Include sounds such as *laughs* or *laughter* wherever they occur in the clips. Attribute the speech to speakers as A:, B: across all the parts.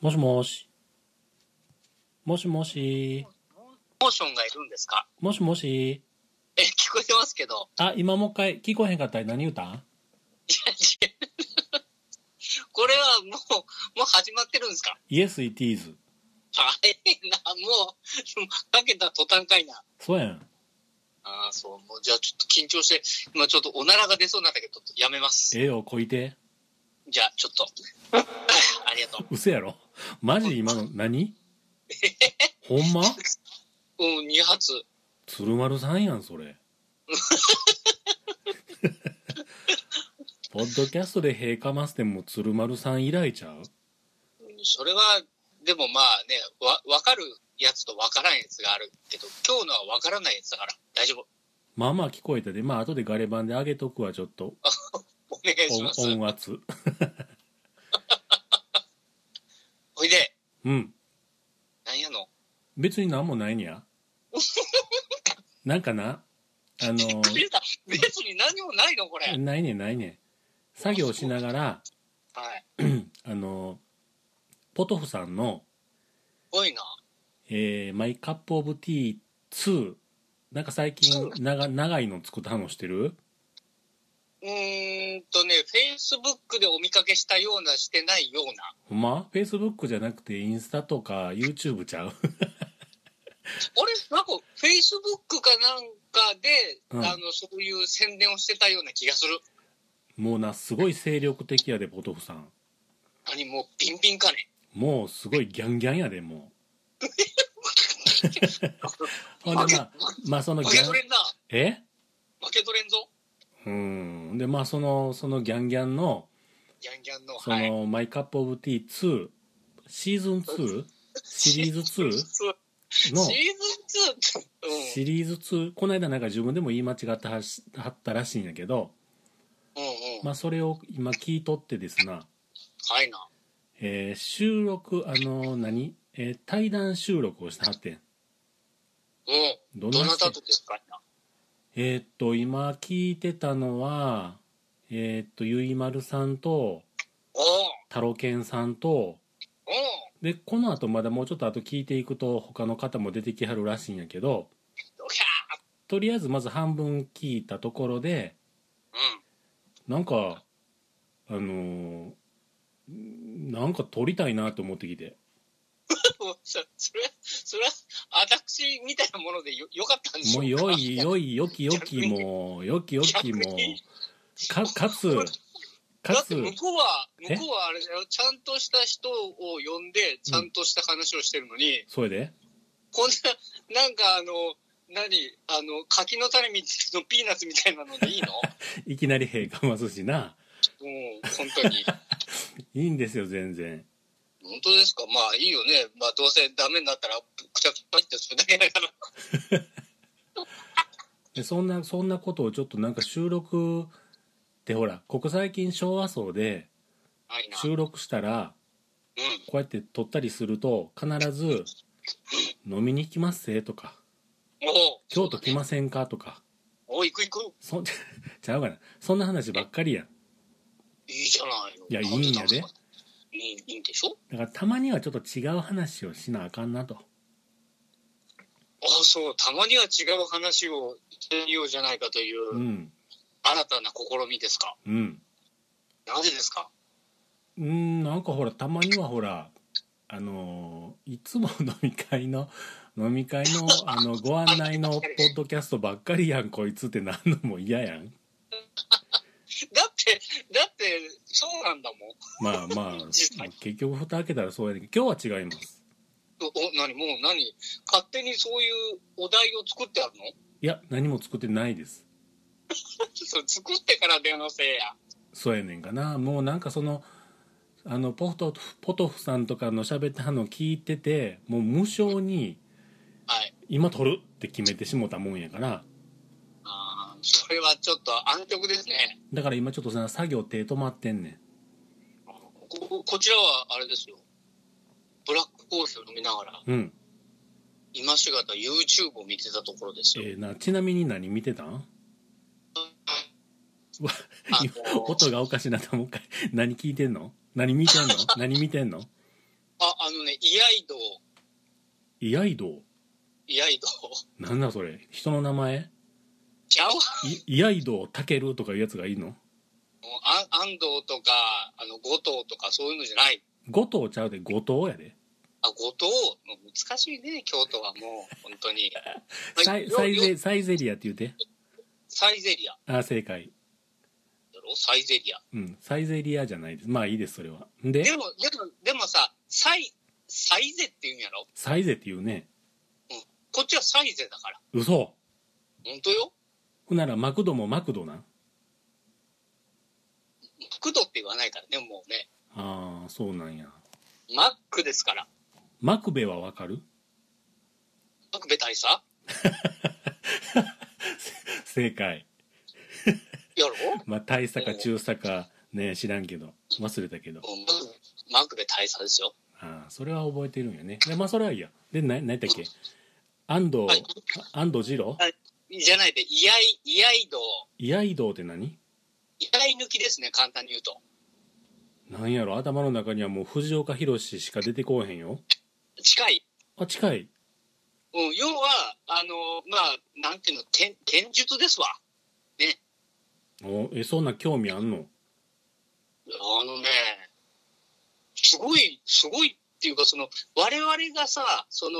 A: もしもし。もしもし。
B: モーションがいるんですか *laughs*
A: もしもし。
B: え、聞こえてますけど。
A: あ、今もう一回、聞こえへんかったり何歌ん
B: いやいやこれはもう、もう始まってるんですか
A: ?Yes, it is.
B: 早いな、もう、 *laughs* かけた途端かいな。
A: そうやん。
B: ああ、そう、もうじゃあちょっと緊張して、今ちょっとおならが出そうなんだけど、ちょっとやめます。
A: ええよ、こいて。
B: じゃあちょっと。 *laughs* ありがとう。
A: 嘘やろ。マジ今の何、ほんま
B: うん、2発。
A: 鶴丸さんやん、そ
B: *laughs*
A: れ。ポッドキャストで閉かますても鶴丸さん以来ちゃう
B: うんそれは、でもまあね、わ、わかるやつとわからんやつがあるけど、今日のはわからないやつだから、大丈夫。
A: まあまあ聞こえたで、まあ後でガレ版で上げとくわ、ちょっと。
B: お願いします。
A: 音音圧。
B: ほいで、
A: うん。
B: なんやの
A: 別になんもないにゃ。なんかな、あの
B: びっくりした *laughs* 別に何もないのこれ。
A: ないねんないねん。作業しながら、
B: はい。
A: あのポトフさんの、
B: 多いな。
A: えーマイカップオブティー2、なんか最近長長いの作ったのしてる
B: うーんとね、Facebook でお見かけしたような、してないような。
A: ほんまフェイスブックじゃなくてインスタとか YouTube ちゃう *laughs*
B: あれなんか、Facebook かなんかで、
A: うん
B: あの、そういう宣伝をしてたような気がする。
A: もうな、すごい精力的やで、ポトフさん。
B: 何もう、ピンピンかね。
A: もうすごいギャンギャンやで、もう。ほんでまあ、まあそのギ
B: 負け
A: ャン
B: 取、れんな。
A: え
B: 負け取れんぞ。
A: うん。で、まあ、その、そのギャンギャンの、
B: ギャンギャンの。
A: そ
B: はい。
A: の、マイカップオブティー2、シーズン 2? シリーズ2
B: そう
A: の、
B: シーズン 2! うん。
A: シリーズ2、この間なんか自分でも言い間違ってはしはったらしいんやけど、
B: うんうん。
A: まあ、それを今聞いとってですな、
B: はいな。
A: えー収録、あの、何えー対談収録をしてはってん。
B: うん。
A: どんな
B: どなたとですかいな。
A: えーっと、今聞いてたのは、えーっと、ゆいまるさんと、
B: おう
A: タロケンさんと、
B: おう
A: でこの後まだもうちょっと後聞いていくと他の方も出てきはるらしいんやけど
B: ドキャ
A: とりあえずまず半分聞いたところで
B: ー
A: なんかあのーんなんか撮りたいなと思ってきて
B: うん。もう *laughs* そそれ、それは、私みたいなものでよ、よかったんでしょ
A: もう
B: か
A: 良い良い良き良きもう良き良きもかかつか
B: だって
A: つ
B: 向こうは、
A: え
B: 向こうはあれだよ、ちゃんとした人を呼んで、ちゃんとした話をしてるのに、
A: それで
B: こんな、なんかあの、何、あの、柿の種みたいのピーナッツみたいなのでい
A: *laughs*
B: いの
A: いきなり閉館ますしな
B: もう、本当に。
A: いいんですよ全然
B: 本当ですかまあいいよね。まあどうせダメになったら、くちゃくちゃってするだけだから。
A: でそんなそんなことをちょっとなんか収録ってほらここ最近昭和層で
B: はいな。うん。
A: 収録したらこうやって撮ったりすると必ず「飲みに行きますせ」とか
B: おう
A: 「京都来ませんか」とか
B: おう行く行く。
A: そ *laughs* ちゃうかなそんな話ばっかりやん
B: いいじゃないの。
A: いやいいんやで
B: いい、いいんでしょ
A: だからたまにはちょっと違う話をしなあかんなと
B: ああ、そう。たまには違う話をしてみようじゃないかというう、
A: ん
B: 新たな試みですか。
A: うん
B: なぜですか *laughs*
A: うんなんかほらたまにはほらあのーいつも飲み会の飲み会のあのご案内のポッドキャストばっかりやんこいつってなんのも嫌やん
B: だって、だって、そうなんだもん。
A: まあまあ結局蓋開けたらそうやねんけど今日は違います
B: お、お何もう何勝手にそういうお題を作ってあるの *laughs*
A: いや何も作ってないです
B: それ作ってから電話せえや。
A: そうやねんかなもうなんかそのあのポトポトフさんとかの喋ってはんのを聞いててもう無性に
B: はい。
A: 今撮るって決めてしもたもんやから
B: ああ、それはちょっと安直ですね。
A: だから今ちょっとさ作業手止まってんね
B: ここちらはあれですよ。ブラックコーヒーを飲みながら、
A: んうん
B: 今しがた YouTube を見てたところです
A: え
B: よ。
A: ーなちなみに何見てたんわ
B: あ
A: 今
B: の
A: 音がおかしいなともう一回何聞いてんの何見てんの何見てんの
B: あ、のね、
A: 居
B: 居合道、
A: 合道
B: 居合道。
A: なんだそれ人の名前
B: ちゃうわ
A: い居合道たけるとかいうやつがいいの
B: もうあ安藤とか、あの、後藤とかそういうのじゃない。
A: 五島ちゃうで五島やで
B: あ、後藤もう難しいね、京都はもう、本
A: *laughs*
B: 当に。
A: サイ
B: よ
A: サイ
B: よ
A: ゼサイゼリアって言うて
B: サイゼリア。
A: あ正解
B: だろサイゼリア。
A: うんサイゼリアじゃないですまあいいですそれはで
B: でも、でも、でもさ、サイ、サイゼって言うんやろ
A: サイゼっていうね
B: こっちはサイゼだから。
A: 嘘
B: 本当よ。
A: ほんならマクドもマクドなん
B: マクドって言わないからね、もうね。
A: ああそうなんや
B: マックですから。
A: マクベはわかる
B: マクベ大佐
A: 正解
B: やろ
A: まあ大佐か中佐かね知らんけど忘れたけど
B: うんマクマクベ大佐ですよ。
A: ああそれは覚えてるんやねでまあそれはいいやでな何やったっけ安藤
B: はい
A: 安藤二郎
B: じゃないで、居合、居合道。
A: 居合道って何
B: 居合抜きですね、簡単に言うと。
A: なんやろ頭の中にはもう藤岡弘しか出てこうへんよ
B: 近い。
A: あ近い
B: うん、要は、あの、まあ、なんていうの、剣、剣術ですわ。
A: おえそんな興味あんの
B: あのね、すごい、すごいっていうか、その、我々がさ、その、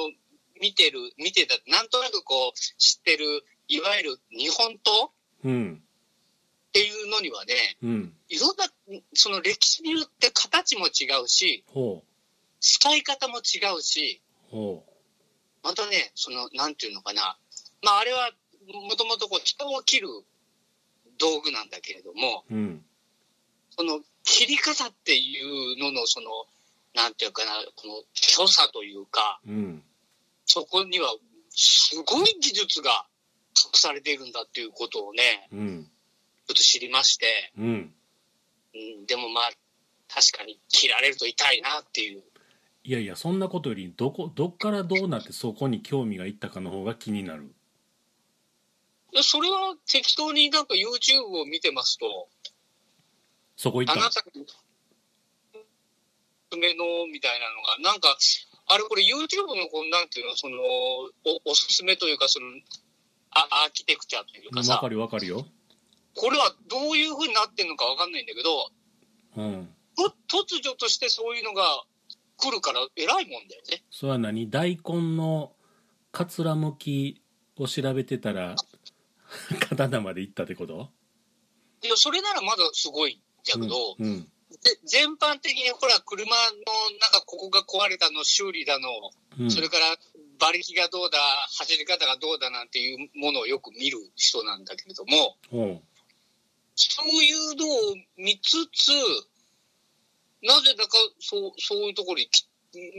B: 見てる、見てた、なんとなくこう、知ってる、いわゆる日本刀っ
A: うん
B: ていうのにはね、
A: うん
B: いろんな、その歴史によって形も違うし、
A: ほ
B: 使い方も違うし、
A: うほ
B: またね、その、なんていうのかな。まあ、あれは、もともとこう、人を切る道具なんだけれども、
A: ううん
B: その切り方っていうののそのなんていうかなこの所作というか
A: うん
B: そこにはすごい技術が隠されているんだっていうことをね
A: うん
B: ちょっと知りまして、
A: うん
B: うん、でもまあ確かに切られると痛いなっていう
A: いやいやそんなことよりどこどっからどうなってそこに興味がいったかの方が気になる
B: でそれは適当になんか YouTube を見てますと
A: そこ行
B: あ
A: った
B: なたにおすすめのみたいなのがなんかあれこれ YouTube のこうなんていうのそのおおすすめというかそのあアーキテクチャというか
A: の
B: さ
A: わかるわかるよ
B: これはどういう風になってんのかわかんないんだけど、
A: うん
B: と突如としてそういうのが来るから偉いもんだよね。
A: それは何大根のかつらむきを調べてたら刀まで行ったってこと
B: いや、それならまだすごいんだけど、
A: うんうん
B: ぜ全般的にほら、車のなんかここが壊れたの、修理だの、
A: うん
B: それから馬力がどうだ、走り方がどうだなんていうものをよく見る人なんだけれども、
A: おう
B: そういうのを見つつ、なぜだかそうそういうところにき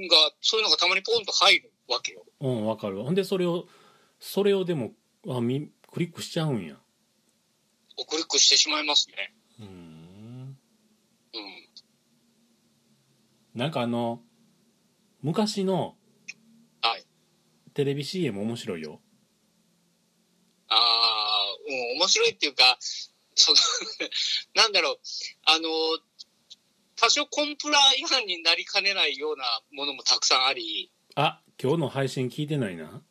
B: が、そういうのがたまにポンと入るわけよ。
A: うんわかるほんでそれをそれをでもあみクリックしちゃうんや
B: クリックしてしまいますね。
A: うん
B: うん。
A: なんかあの昔の
B: はい
A: テレビ CM 面白いよ
B: ああ、うん、面白いっていうか、その、 *laughs* なんだろう、あの、多少コンプラ違反になりかねないようなものもたくさんあり、
A: あ今日の配信聞いてないな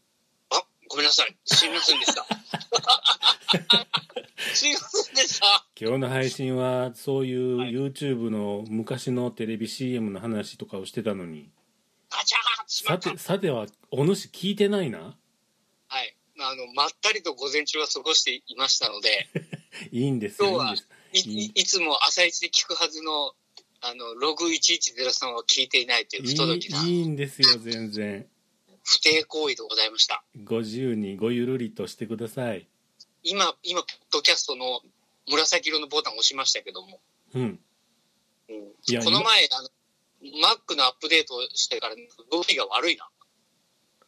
B: あ、ごめんなさい、すいませんで
A: *laughs*
B: した。すいませんでした。
A: 今日の配信はそういう YouTube の昔のテレビ CM の話とかをしてたのに
B: ガチャーしま
A: さ
B: った
A: て。さてはお主聞いてないな
B: はい。あの、まったりと午前中は過ごしていましたので、
A: いいんですよ
B: 今日
A: いい
B: は
A: んです
B: いいいつも朝一で聞くはずの、あの、ログ1103を聞いていないという不届き
A: い
B: な。
A: いいいんですよ全然
B: 不定行為でございました。
A: ご自由にごゆるりとしてください
B: 今、今、ポッドキャストの紫色のボタンを押しましたけども、
A: うんいや
B: この前、あの、Mac のアップデートをしてから動きが悪いな。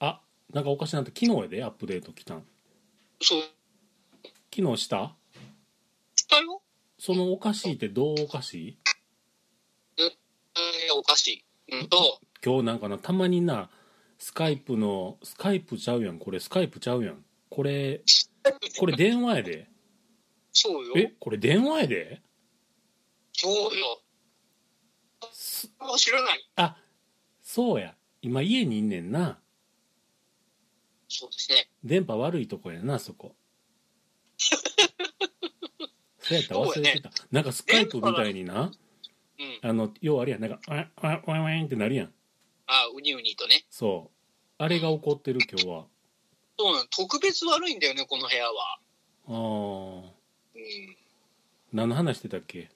A: あなんかおかしなって昨日やでアップデート来たん
B: そう、
A: 昨日した
B: したよ
A: そのおかしいってどうおかしい
B: えーおかしい。うんと、
A: 今日なんかなたまになスカイプのスカイプちゃうやんこれスカイプちゃうやんこれこれ電話やで
B: そうよ
A: え。これ電話やで
B: そうよ。
A: す
B: もう知らない。
A: あそうや今家にいんねんな
B: そうですね。
A: 電波悪いとこやなそ *laughs* こそうやった忘れてた、なんかスカイプみたいにな
B: うん。
A: あの要はあれやなんか「ワンワンワンワン」ってなるやん
B: あ、ウニウニとね。
A: そうあれが起こってる今日は
B: そうなの。特別悪いんだよね、この部屋は。
A: ああ
B: うん。
A: 何の話してたっけ